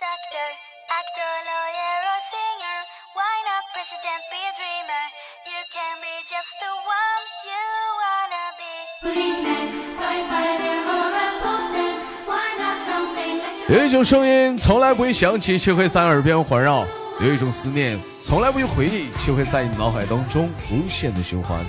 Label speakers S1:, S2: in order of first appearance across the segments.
S1: Doctor, actor, lawyer, or singer. Why not president? Be a dreamer. You can be just the one you wanna be.
S2: Policeman, firefighter, or a postman. Why not something like a
S3: 有一种声音从来不会响起，却会在耳边环绕；有一种思念从来不用回忆，却会在你脑海当中无限的循环。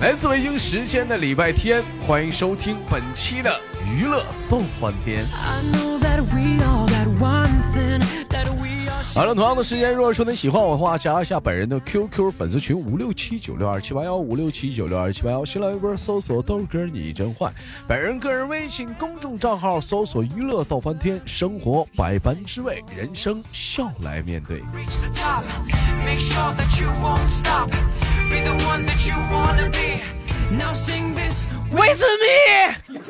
S3: 来自北京时间的礼拜天，欢迎收听本期的娱乐逗翻天。
S4: I know that we all got one thing that we all
S3: 好了，同样的时间，如果说您喜欢我的话，加一下本人的 QQ 粉丝群五六七九六二七八幺五六七九六二七八幺，新浪微博搜索豆哥你真坏，本人个人微信公众账号搜索娱乐到翻天，生活百般滋味，人生笑来面对。
S4: reach the top. Make sure that you won't stop. Be the one that you wanna be. Now sing this with me.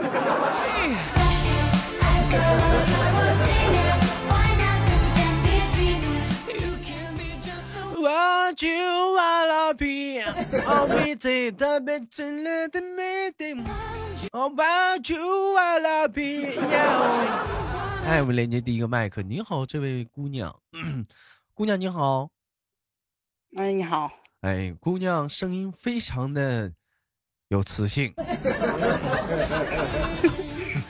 S2: actor, lawyer, or singer. Why not president? Be a dreamer.
S4: You can be just a
S3: What you wanna be? Oh, me take the best let me take. Oh, what you wanna be? Yeah. 哎，我们连接第一个麦克。你好，这位姑娘， 姑娘你好。
S5: 哎，你好，
S3: 哎，姑娘声音非常的有磁性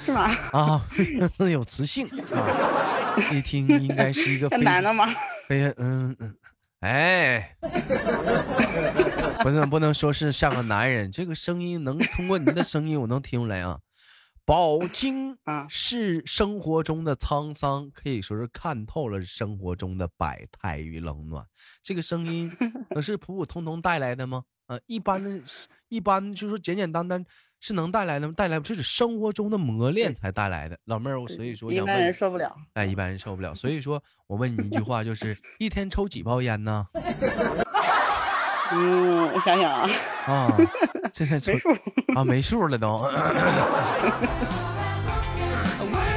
S5: 是 吗？
S3: 啊， 有磁性啊，一听应该是一个
S5: 这
S3: 非
S5: 男的吗？
S3: 非常嗯嗯，哎，不能不能说是像个男人，这个声音能通过您的声音，我能听出来啊。饱经
S5: 啊
S3: 是生活中的沧桑，可以说是看透了生活中的百态与冷暖。这个声音能是普普通通带来的吗？啊，一般的，一般就是说简简单单是能带来的吗？带来不，这是生活中的磨练才带来的。老妹儿，我所以说
S5: 一
S3: 想
S5: 般
S3: 问
S5: 人，受不了。
S3: 哎，一般人受不了。所以说我问你一句话，就是一天抽几包烟呢？
S5: 嗯，我想想啊，
S3: 啊，这才抽
S5: 没数。
S3: 啊，没数了都。
S4: why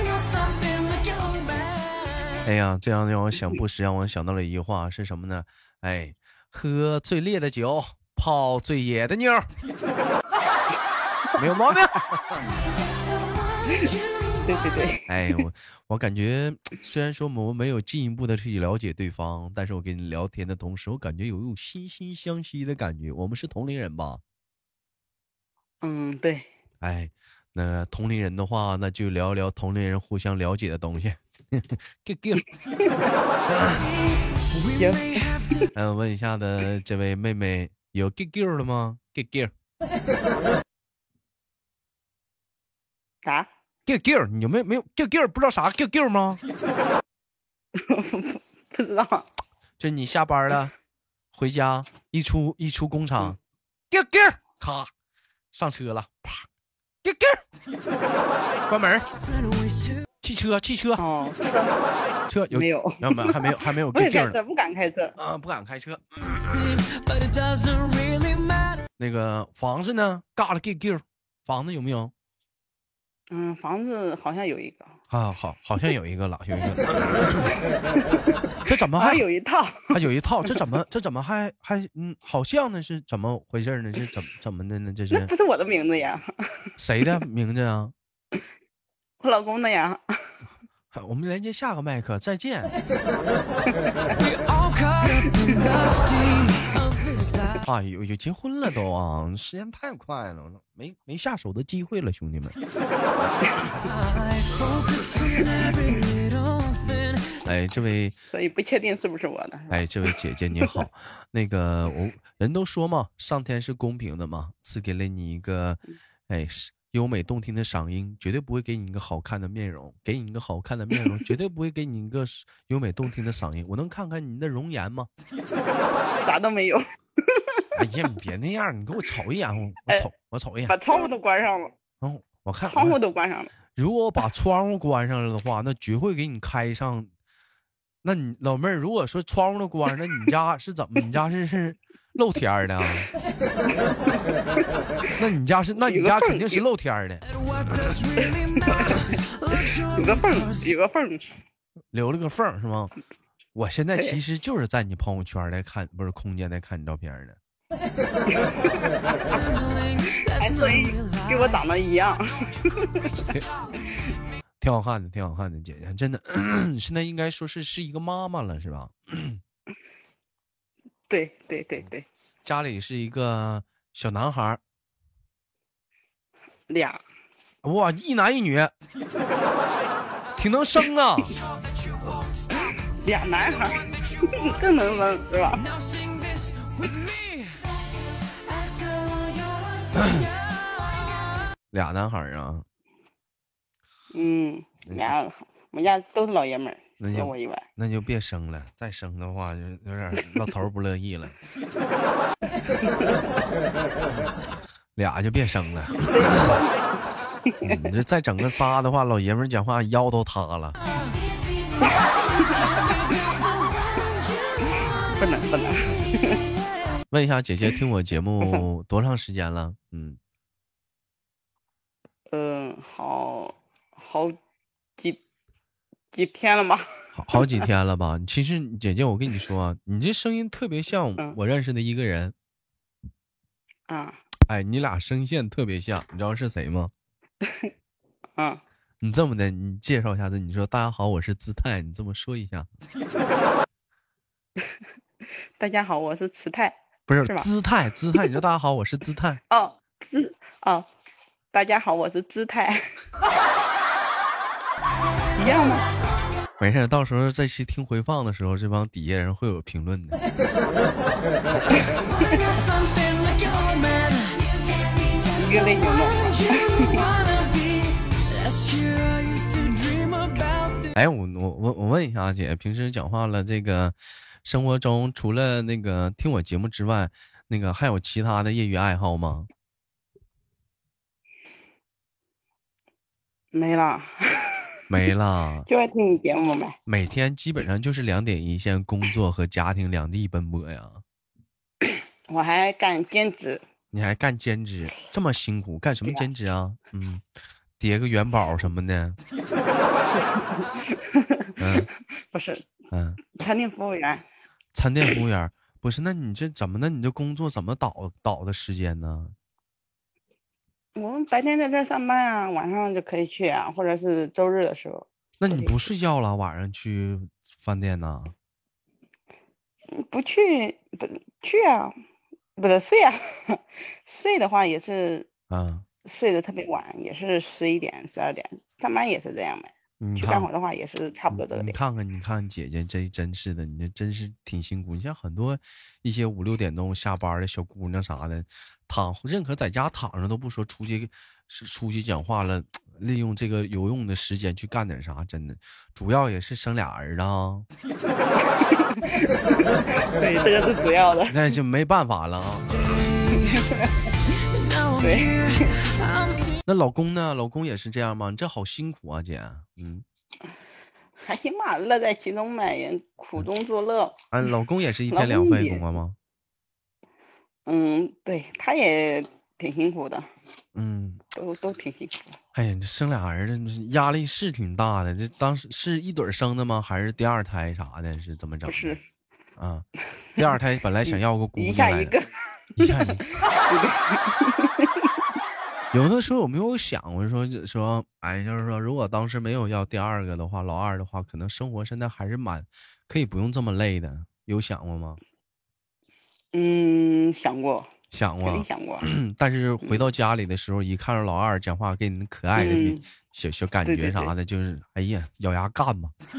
S4: not something like your old man?
S3: 哎呀，这样让我想不时让我想到了一句话是什么呢？哎，喝最烈的酒，泡最野的妞儿，没有毛病。
S5: 对对对，
S3: 哎，我我感觉虽然说我们没有进一步的去了解对方，但是我跟你聊天的同时，我感觉有一种惺惺相惜的感觉。我们是同龄人吧？
S5: 嗯，对，
S3: 哎，那同龄人的话，那就聊一聊同龄人互相了解的东西。 给给，
S4: We
S5: Yep.
S4: may have to
S3: 嗯，问一下的这位妹妹有 g g 了吗 g g
S5: 啥？
S3: g g 你有没有没有 g g 不知道啥 g g 吗？
S5: 不知道。
S3: 就是你下班了，回家一出一出工厂 g g 咔，上车了，啪 g g 关门儿，
S4: run away soon.
S3: 汽车汽车
S5: 哦，
S3: 车有
S5: 没有
S3: 要没有还没有还没有
S5: 不会
S3: g g
S5: 开
S3: 呢
S5: 车，不敢开车。
S3: 啊，不敢开车。
S4: But it doesn't really matter.
S3: 那个房子呢？嘎了 g g 房子有没有？
S5: 嗯，房子好像有一个，
S3: 啊，好，好像有一个了，有一个了。 这怎么
S5: 好
S3: 还
S5: 像啊有一套。
S3: 还有一套？这怎么这怎么还还嗯，好像呢？是怎么回事呢？是怎么怎么的呢？这
S5: 那
S3: 是
S5: 不是我的名字呀，
S3: 谁的名字啊？
S5: 我老公的呀。
S3: 好我们连接下个麦克，再见。
S4: We all caught up in the steam of this life.
S3: 啊，有有结婚了都啊，时间太快了，我没没下手的机会了，兄 弟们。
S4: Focus on every little thing.
S3: 哎，这位
S5: 所以不确定是不是我的。
S3: 哎，这位姐姐你 好，那个我人都说嘛，上天是公平的嘛，赐给了你一个，
S5: 嗯
S3: 哎，是优美动听的嗓音，绝对不会给你一个好看的面容，给你一个好看的面容，绝对不会给你一个是优美动听的嗓音。我能看看你的容颜吗？
S5: 啥都没有，
S3: 哎呀，你别那样儿，你给我瞅一眼，我我
S5: 哎
S3: 瞅我瞅一眼
S5: 把，窗户都关上了，
S3: 然后我看
S5: 窗户
S3: 我看
S5: 都关上了。
S3: 如果我把窗户关上了的话，那绝会给你开上。那你老妹儿，如果说窗户都关上，那你家是怎么？你家是是露天儿的、啊？ 那你家是？那你家肯定是露天儿的，
S4: And what does really matter? Look, you're
S5: 有个缝
S4: the，first
S5: 有个缝。
S3: 留了个缝儿是吗？我现在
S5: 对
S3: 其实就是在你朋友圈儿在看，不是空间在看你照片儿呢。
S4: family
S5: 哎，
S4: that's
S5: 所
S4: not
S5: 以
S4: real
S5: 跟我
S4: life.
S5: 长得一样。
S3: 挺好看的，挺好看的，姐姐真的， 现在应该说是是一个妈妈了，是吧？
S5: 对对对对，
S3: 家里是一个小男孩儿，
S5: 俩
S3: 哇，一男一女，挺能生啊！
S5: 俩男孩儿 更能扔是吧？
S4: Now sing this with me.
S3: 俩男孩儿啊，
S5: 嗯，俩我们家都是老爷们儿，
S3: 那
S5: 跟
S3: 就
S5: 我以外，
S3: 那就别生了，再生的话就有点儿老头儿不乐意了，俩就别生了。你这再整个仨的话，老爷们儿讲话腰都塌了。
S5: 不能不能，
S3: 问一下姐姐，听我节目多长时间了？嗯，
S5: 嗯，好好几几天了吧？
S3: 好好几天了吧？其实姐姐，我跟你说啊，你这声音特别像
S5: 嗯
S3: 我认识的一个人。
S5: 啊
S3: 哎，你俩声线特别像，你知道是谁吗？
S5: 啊，
S3: 你这么的，你介绍一下子，你说大家好，我是姿态，你这么说一下，
S5: 大家好，我是慈泰。
S3: 不是
S5: 是吧
S3: 姿态，姿态，你说大家好，我是姿态，
S5: 哦，姿哦，大家好，我是姿态， 一样吗？
S3: 没事儿，到时候这期听回放的时候，这帮底下人会有评论的。
S4: Something like your old man.
S5: 一个类型的。
S4: Don't you wanna be? Last year I used to dream about this.
S3: 哎，我我我我问一下啊姐，平时讲话了，这个生活中除了那个听我节目之外，那个还有其他的业余爱好吗？
S5: 没了，
S3: 没啦，
S5: 就爱听你节目呗。
S3: 每天基本上就是两点一线，工作和家庭两地奔波呀。
S5: 我还干兼职，
S3: 你还干兼职，这么辛苦，干什么
S5: 对呀
S3: 兼职啊？嗯，叠个元宝什么的。嗯
S5: 不是
S3: 嗯，
S5: 餐厅服务员，
S3: 餐店服务员儿不是？那你这怎么？那你这工作怎么倒倒的时间呢？
S5: 我们白天在这儿上班啊，晚上就可以去啊，或者是周日的时候，
S3: 那你不睡觉了？晚上去饭店呢？
S5: 不去不去啊，不是睡啊， 睡的话也是
S3: 啊，
S5: 睡得特别晚，也是十一点十二点，上班也是这样呗。
S3: 你
S5: 去干
S3: 看
S5: 活，的话也是差不多这个
S3: 你
S5: 点。
S3: 看看，你看姐姐这真是的，你这真是挺辛苦。你像很多一些五六点钟下班的小姑娘啥的，躺认可在家躺着都不说，出去是出去讲话了，利用这个有用的时间去干点啥，真的，主要也是生俩儿子啊，
S5: 对， 这个是主要的。
S3: 那就没办法了啊。
S4: Now I'm
S5: 对。
S4: here. I'm singing
S3: 那老公呢？老公也是这样吗？你这好辛苦啊，姐。嗯，
S5: 还行吧，哎乐在其中呗，也苦中作乐。
S3: 啊，老公也是一天
S5: 老
S3: 两
S5: 公
S3: 份
S5: 也
S3: 工作吗？
S5: 嗯，对，他也挺辛苦的，
S3: 嗯，
S5: 都都挺辛苦的。
S3: 哎呀，这生俩儿子压力是挺大的。这当时是一对儿生的吗？还是第二胎啥的？是怎么整的？
S5: 不是
S3: 啊，第二胎本来想要个姑
S5: 一
S3: 娘
S5: 下
S3: 来
S5: 一
S3: 着
S5: 个，
S3: 一下一 个。有的时候有没有想过说就说，哎，就是说，如果当时没有要第二个的话，老二的话，可能生活现在还是蛮可以不用这么累的。有想过吗？
S5: 嗯，想过，
S3: 想
S5: 肯
S3: 过
S5: 定，想过。
S3: 但是回到家里的时候，一看着老二讲话，给你那可爱的那
S5: 嗯
S3: 小小感
S5: 对对
S3: 觉啥
S5: 对
S3: 的，就是哎呀，咬牙干吧， 是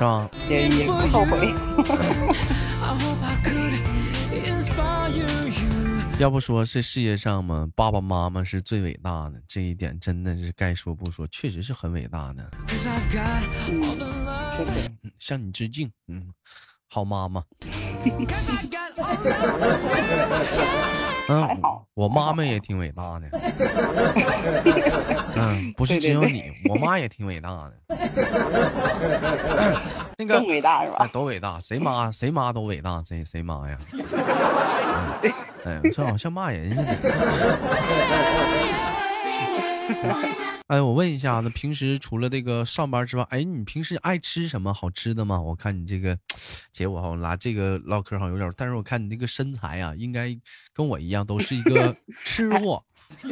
S3: 吧？
S5: 也也不后悔。
S3: 嗯
S4: I hope I could inspire you.
S3: 要不说这世界上嘛，爸爸妈妈是最伟大的，这一点真的是该说不说，确实是很伟大的，
S4: Cause I've got all the love.
S5: 是是，
S3: 嗯向你致敬，嗯，好妈妈，
S4: Cause I got all love.
S3: 嗯
S5: 还好，
S3: 我妈妈也挺伟大 的，嗯，不是
S5: 对对
S3: 只有
S5: 对
S3: 你，我妈也挺伟大的，那个
S5: 更伟大是
S3: 哎，
S5: 吧？
S3: 都伟大，谁妈谁妈都伟大，谁谁妈呀？嗯哎，这好像骂人似的。 哎，我问一下，那平时除了这个上班之外，哎，你平时爱吃什么好吃的吗？我看你这个，姐，我好像拿这个唠嗑好像有点儿，但是我看你那个身材啊，应该跟我一样都是一个 吃货。
S5: 对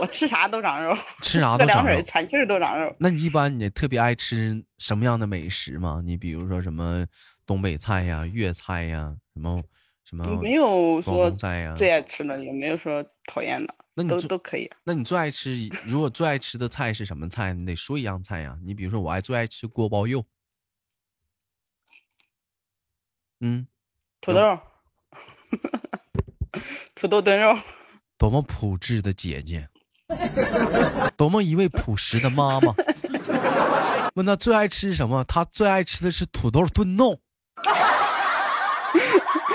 S5: 我吃啥都长肉，
S3: 啊吃啥
S5: 喝
S3: 都
S5: 凉
S3: 长
S5: 水
S3: 肉。
S5: 喘气儿都长肉。
S3: 那你一般你特别爱吃什么样的美食吗？你比如说什么东北菜呀、粤菜呀，什么什么
S5: 嗯没有
S3: 广
S5: 说
S3: 东菜呀、
S5: 最爱吃的，也没有说讨厌的，
S3: 嗯那你
S5: 都
S3: 最
S5: 都可以。
S3: 那你最爱吃一，如果最爱吃的菜是什么菜？你得说一样菜呀、你比如说，我爱最爱吃锅包肉。嗯，
S5: 土豆， 土豆炖肉，
S3: 多么朴质的姐姐，多么一位朴实的妈妈。问她最爱吃什么？她最爱吃的是土豆炖肉。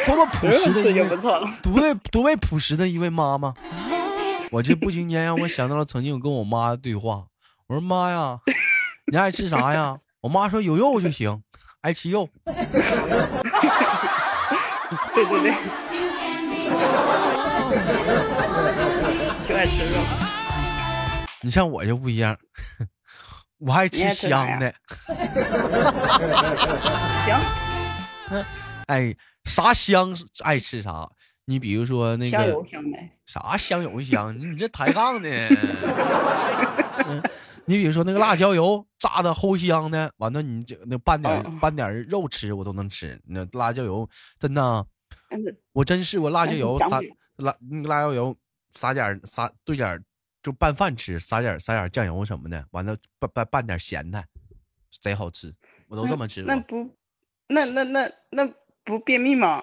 S3: 多么朴
S5: 土豆
S3: 实的
S5: 吃
S3: 一
S5: 就
S3: 位
S5: 不，错了。
S3: 多么多么朴实的一位妈妈。我这不禁间让我想到了曾经我跟我妈的对话。我说妈呀，你爱吃啥呀？我妈说有肉就行，爱吃肉。
S5: 对对对，就爱吃肉。
S3: 你像我就不一样， 我爱吃
S5: 你爱吃啥呀
S3: 香的。
S5: 行，
S3: 哎，啥香爱吃啥。你比如说那
S5: 香油
S3: 个
S5: 香梅，
S3: 啥香油香，你这抬杠呢？ 嗯你比如说那个辣椒油炸的齁香的，完了你这那拌点
S5: 嗯
S3: 拌点肉吃我都能吃。那辣椒油真的啊，
S5: 但是
S3: 我真是我辣椒
S5: 但是
S3: 油
S5: 长
S3: 撒
S5: 嘴
S3: 辣那个辣椒油撒点儿撒兑点儿就拌饭吃，撒点儿撒点儿酱油什么的，完了拌拌拌点儿咸的，贼好吃。我都这么吃过。
S5: 那不，那那那那不便秘吗？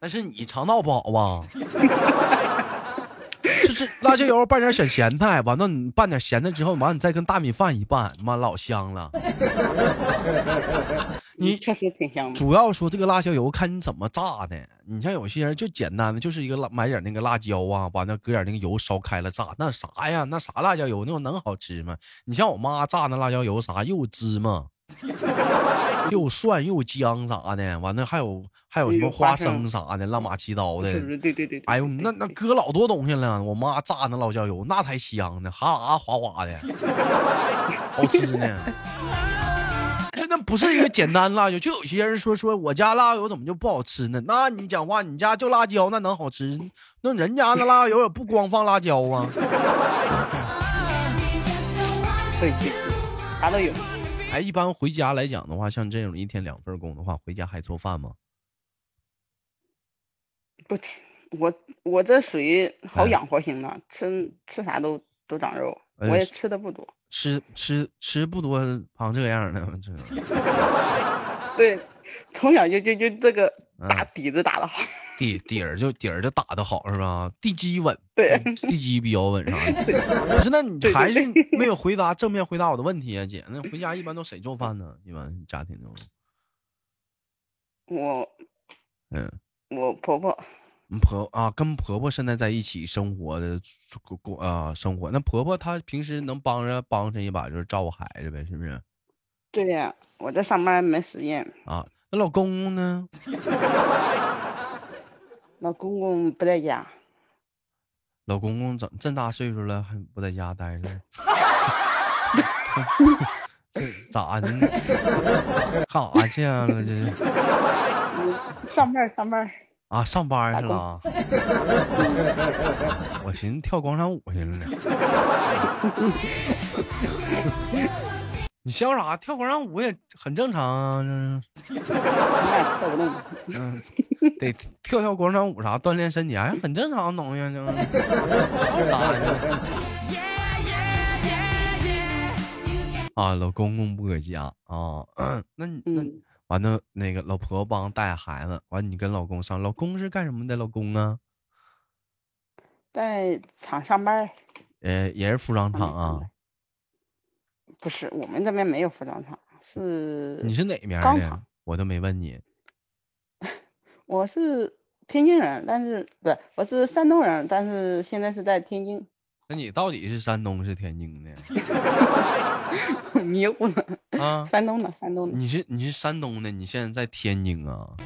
S3: 那是你肠道不好吧？ 就是辣椒油拌点小咸菜，完了你拌点咸的之后，完了你再跟大米饭一拌，妈老香了。你
S5: 嗯确实挺香的。
S3: 主要说这个辣椒油看你怎么炸的，你像有些人就简单的，就是一个辣买点那个辣椒啊，完了搁点那个油烧开了炸，那啥呀，那啥辣椒油那能好吃吗？你像我妈炸那辣椒油啥，又有芝麻，又有蒜，又有姜啥的，完了还有还有什么
S5: 有哎花
S3: 花生
S5: 生
S3: 啥的，乱七八糟的
S5: 是。不是？对对对对。
S3: 哎呦，
S5: 对
S3: 那那搁老多东西了，我妈炸那辣椒油那才香呢，哈喇哗哗的，好吃呢。这那不是一个简单辣椒，就有些人说说我家辣椒油怎么就不好吃呢？那你讲话，你家就辣椒，那能好吃？那人家那辣椒油也不光放辣椒啊。
S5: 对对对，啥都有。
S3: 哎，一般回家来讲的话，像这种一天两份工的话，回家还做饭吗？
S5: 不吃，我我这属于好
S3: 哎
S5: 养活型的，吃吃啥都都长肉，
S3: 哎
S5: 我也
S3: 是
S5: 吃的不多。
S3: 吃吃吃不多，胖这样的，这
S5: 对，从小就就就这个打
S3: 嗯
S5: 底子打的好。
S3: 底底儿就底儿就打的好是吧？地基稳，
S5: 对，
S3: 地基比较稳啥的。不是，那你
S5: 嗯对对
S3: 还是
S5: 对
S3: 没有回答正面回答我的问题啊，姐。那回家一般都谁做饭呢？一般家庭中，
S5: 我
S3: 嗯。
S5: 我婆婆
S3: 嗯婆啊，跟婆婆现在在一起生活的过过啊生活，那婆婆她平时能帮着帮衬一把，就是照顾孩子呗，是不是？
S5: 对呀、我这上班没时间，
S3: 啊，那老公公呢？
S5: 老公公不在家，
S3: 老公公怎这么大岁数了还不在家待着？ 这咋的 呢？干啥去啊？这是
S5: 上班儿上班儿，
S3: 啊，上班去
S5: 打
S3: 了
S5: 工
S3: 啊？ 我寻思跳广场舞去了呢。你笑啥？跳广场舞也很正常啊，这是。
S5: 你俩跳不动。
S3: 嗯，得跳跳广场舞啥，锻炼身体，哎，很正常的东西啊，这啥打呢？啊，老公公不搁家啊，那你那
S5: 嗯，
S3: 完了，那个老婆帮带孩子，完你跟老公上，老公是干什么的？老公啊，
S5: 在厂上班儿，
S3: 呃，也是服装厂
S5: 上班
S3: 啊
S5: 上班。儿不是我们这边没有服装厂，是
S3: 你是哪边
S5: 钢
S3: 的
S5: 厂？
S3: 我都没问你。
S5: 我是天津人，但是不是我是山东人，但是现在是在天津
S3: 那你到底是山东是天津的
S5: 迷糊了，
S3: 啊？
S5: 山东的山东的，
S3: 你是你是山东的，你现在在天津啊？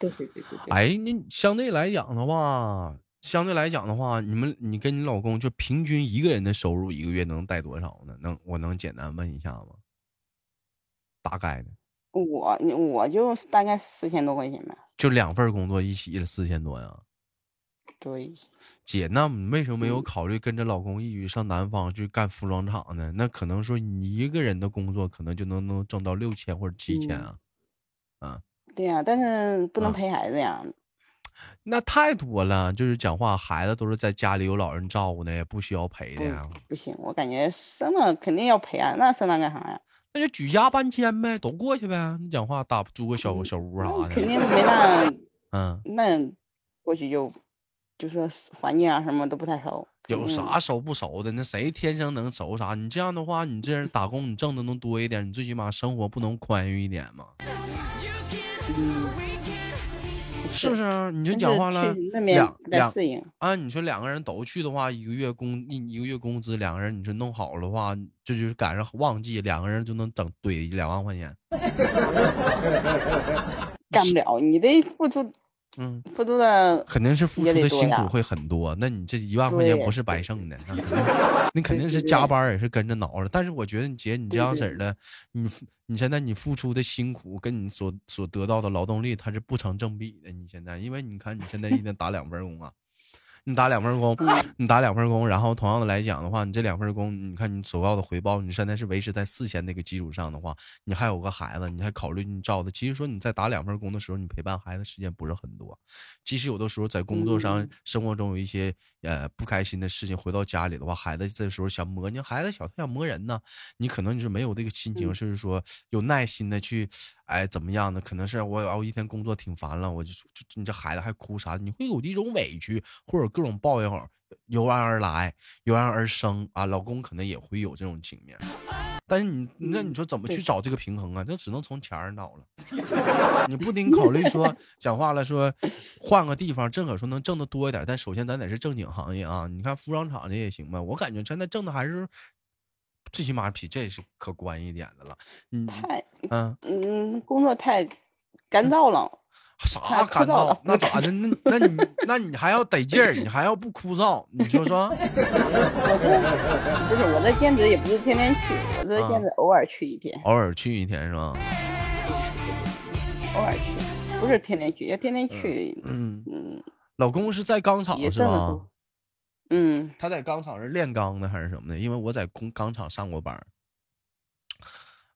S5: 对对对对对，
S3: 哎，那相对来讲的话，相对来讲的话，你们你跟你老公就平均一个人的收入一个月能带多少呢？能我能简单问一下吗？大概的，
S5: 我我就大概四千多块钱吧，
S3: 就两份儿工作一起四千多呀？
S5: 对，
S3: 姐，那你为什么没
S5: 嗯
S3: 有考虑跟着老公一起上南方去干服装厂呢？那可能说你一个人的工作可能就能能挣到六千或者七
S5: 嗯
S3: 千啊，
S5: 对呀、但是不能
S3: 啊
S5: 陪孩子呀。
S3: 那太多了。就是讲话，孩子都是在家里有老人照顾的，也不需要陪的呀。
S5: 不行，我感觉生了肯定要陪啊，那生了干啥呀？
S3: 那就举家搬迁呗，都过去呗。你讲话打租啊个小小屋
S5: 嗯那
S3: 啥
S5: 肯
S3: 的，
S5: 定没那
S3: 嗯，
S5: 那过去就就是环境啊什么都不太熟。
S3: 有
S5: 肯定
S3: 啥熟不熟的？那谁天生能熟啥？你这样的话，你这人打工，你挣的能多一点，你最起码生活不能宽裕一点吗？是不是？你就
S5: 但
S3: 讲
S5: 是
S3: 话
S5: 确
S3: 了
S5: 实，嗯那边
S3: 两
S5: 不太
S3: 两
S5: 适应。
S3: 啊，你说两个人都去的话，一个月工一一个月工资，两个人你说弄好的话，这就是赶上旺季，两个人就能整怼两万块钱。
S5: 干不了，你得付出
S3: 嗯，
S5: 付出的，
S3: 肯定是付
S5: 也
S3: 出
S5: 得
S3: 的
S5: 多
S3: 辛苦
S5: 呀
S3: 会很多。那你这一万块钱
S5: 对
S3: 不是白挣的，那肯 定你肯定是加班儿也是跟着挠了。但是我觉得你姐你这样式儿的，你付你现在你付出的辛苦跟你所所得到的劳动力，它是不成正比的。你现在，因为你看你现在一天打两份儿工啊。 你打两份儿工，你打两份儿工，然后同样的来讲的话，你这两份儿工，你看你所要的回报，你现在是维持在四千那个基础上的话，你还有个孩子，你还考虑你照的。其实说你在打两份儿工的时候，你陪伴孩子时间不是很多。其实有的时候在工作上、
S5: 嗯
S3: 生活中有一些呃不开心的事情，回到家里的话，孩子这时候想磨，你孩子小，他想磨人呢，你可能你是没有这个心情，就是说有耐心的去，哎，怎么样呢？可能是我熬一天工作挺烦了，我就就你这孩子还哭啥？你会有一种委屈或者各种抱怨油然而来，油然而生啊。老公可能也会有这种情面，但是你那你说怎么去
S5: 嗯对
S3: 找这个平衡啊？那只能从钱上找了。 你不仅考虑说讲话了说换个地方，正可说能挣得多一点，但首先咱得是正经行业啊。你看服装厂这也行吧，我感觉现在挣的还是最起码比这是可观一点的了。嗯
S5: 太
S3: 嗯，
S5: 嗯，工作太干燥了。
S3: 啥
S5: 太枯
S3: 干
S5: 燥
S3: 燥
S5: 了？
S3: 那咋的？那那你那你还要得劲儿，你还要不枯燥？你说 说，
S5: 我这不是我这兼职也不是天天去，我这
S3: 嗯
S5: 兼职偶尔去一天，
S3: 偶尔去一天是吧？
S5: 偶尔去，不是天天去，要天天去，
S3: 嗯，
S5: 嗯
S3: 老公是在钢厂
S5: 也
S3: 是
S5: 挣得
S3: 吧
S5: 多？嗯，
S3: 他在钢厂是炼钢的还是什么的？因为我在工钢厂上过班儿。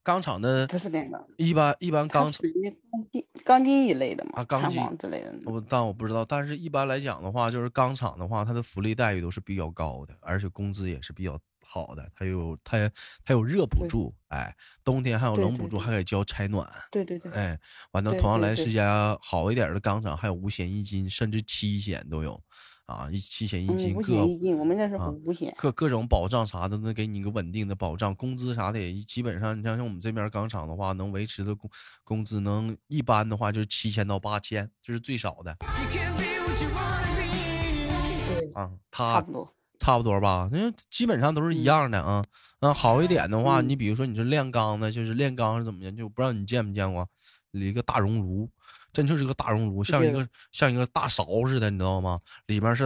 S3: 钢厂的
S5: 不是那个，
S3: 一般一般
S5: 它
S3: 钢厂
S5: 属于钢筋钢筋一类的嘛，
S3: 啊钢
S5: 弹
S3: 筋
S5: 簧之类的，
S3: 我但我不知道，但是一般来讲的话，就是钢厂的话，它的福利待遇都是比较高的，而且工资也是比较好的。它有它它有热补
S5: 对
S3: 助，哎，冬天还有
S5: 对
S3: 冷
S5: 对
S3: 补助，
S5: 对
S3: 还可以交柴暖。
S5: 对对对，
S3: 哎，完了，
S5: 对
S3: 同样
S5: 对
S3: 来
S5: 对
S3: 时间啊好一点儿的钢厂还有五险一金，甚至七险都有，啊，一七险一
S5: 嗯，
S3: 金
S5: 五
S3: 各
S5: 险一金，我们那是
S3: 啊
S5: 五险，
S3: 各各种保障啥的，能给你一个稳定的保障，工资啥的也一基本上，你像像我们这边钢厂的话，能维持的工工资能一般的话就是七千到八千，这是最少的
S4: You can be what you wanna be.
S5: 对，
S3: 啊。
S5: 差
S3: 他
S5: 不多，
S3: 差不多吧，那基本上都是一样的啊。嗯，好一点的话，
S5: 嗯
S3: 你比如说你是炼钢的，就是炼钢是怎么样，就不知道你见没见过，一个大熔炉，真就是个大熔炉，像一
S5: 对
S3: 个像一个大勺似的，你知道吗？里面是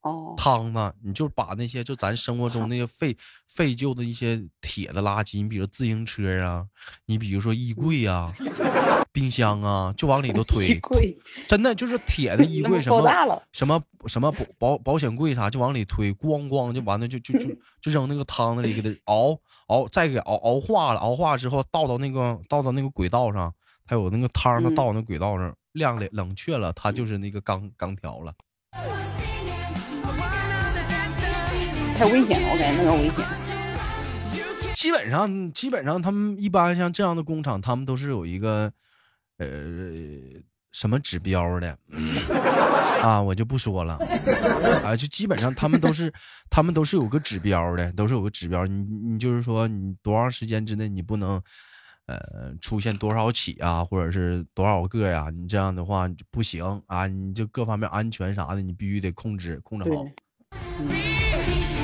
S5: 哦，
S3: 汤子，你就把那些就咱生活中那些废废旧的一些铁的垃圾，你比如自行车啊，你比如说衣柜 啊、冰箱啊，就往里头
S5: 衣
S3: 推，
S5: 柜
S3: 真的就是铁的衣
S5: 那
S3: 柜
S5: 么
S3: 什
S5: 爆
S3: 么
S5: 炸了
S3: 什么什么保保保险柜啥，就往里推，咣咣就完了，就就 就就扔那个汤子里给它熬熬，再给熬熬化了，熬化之后倒到那个倒到那个轨道上，它有那个汤，它
S5: 嗯
S3: 倒那轨道上晾冷冷却了，它就是那个钢钢条了。
S5: 太危险了，我感觉那个危险，
S3: 基本上，基本上他们一般像这样的工厂，他们都是有一个呃什么指标的嗯啊，我就不说了啊，就基本上他们都是他们都是有个指标的，都是有个指标。你你就是说你多长时间之内你不能。呃，出现多少起啊，或者是多少个呀、你这样的话你就不行啊，你就各方面安全啥的，你必须得控制控制
S5: 对
S3: 好。，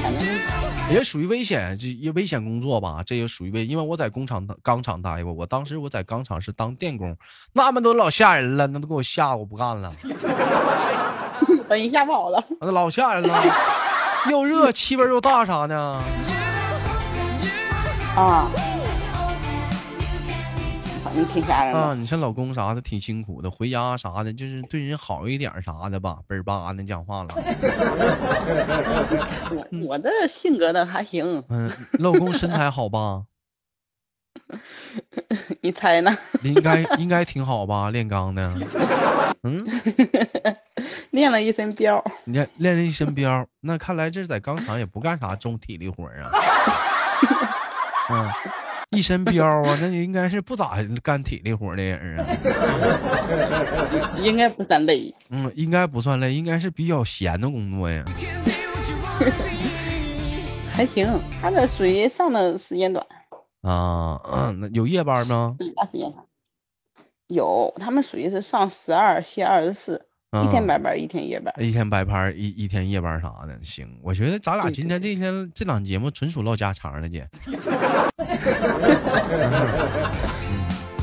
S5: 反正
S3: 也属于危险，这也危险工作吧，这也属于危，因为我在工厂钢厂待过，我当时我在钢厂是当电工，那么都老吓人了，那都给我吓，我不干了，
S5: 等哎一下跑了，
S3: 那老吓人了，又热气温又大啥的，
S5: 啊。反你挺吓人
S3: 啊，
S5: 的。
S3: 你像老公啥的挺辛苦的，回家啥的，就是对人好一点儿啥的吧，倍儿巴的讲话了。
S5: 我我这性格的还行，
S3: 嗯，老公身材好吧？
S5: 你猜呢？
S3: 应该应该挺好吧？练钢的，嗯，
S5: 练了一身膘，
S3: 练练了一身膘，那看来这在钢厂也不干啥重体力活儿啊。嗯，一身膘啊，那应该是不咋干体力活儿的人啊。
S5: 应该不算累。
S3: 嗯，应该不算累，应该是比较闲的工作呀。
S4: Can be what you wanna be.
S5: 还行，他这属于上的时间短，
S3: 啊，嗯那有夜班吗？
S5: 其他时间长。有，他们属于是上十二歇二十四，一天
S3: 嗯
S5: 白班，一天夜班。
S3: 一天白班儿，一一天夜班儿啥的，行。我觉得咱俩
S5: 对
S3: 今天这一天这档节目纯属唠家常了，姐。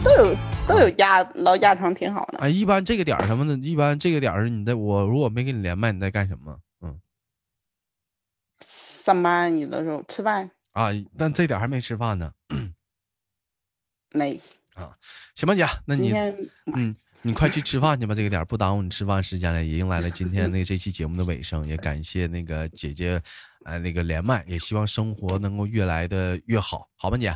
S5: 都有都有家老家常挺好的。
S3: 啊，一般这个点儿什么的，一般这个点儿你在我如果没跟你连麦，你在干什么？嗯
S5: 上班有的时候吃饭
S3: 啊，但这点儿还没吃饭呢。
S5: 没，
S3: 行吧，姐，那
S5: 今
S3: 你
S5: 天
S3: 嗯，你快去吃饭去吧，这个点儿不耽误你吃饭时间了，也迎来了今天那这期节目的尾声，也感谢那个姐姐，呃，那个连麦，也希望生活能够越来的越好，好吧，姐？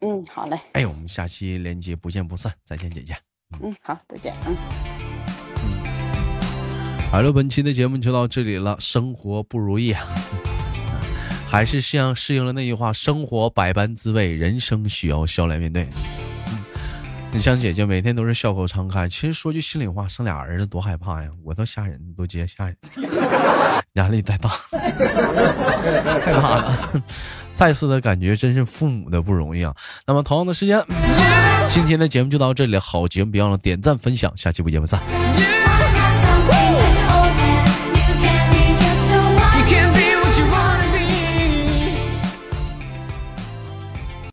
S5: 嗯好嘞，
S3: 哎，我们下期连接不见不散，再见，姐姐。
S5: 嗯好再见嗯。
S3: 好了，本期的节目就到这里了。生活不如意啊，还是像适应了那句话：生活百般滋味，人生需要笑来面对。嗯，你像姐姐每天都是笑口常开，其实说句心里话，生俩儿子多害怕呀！我都吓人，都直接吓人，压力太大，太大了。再次的感觉真是父母的不容易啊。那么同样的时间，今天的节目就到这里了。好节目别忘了点赞分享，下期不见不散。
S4: You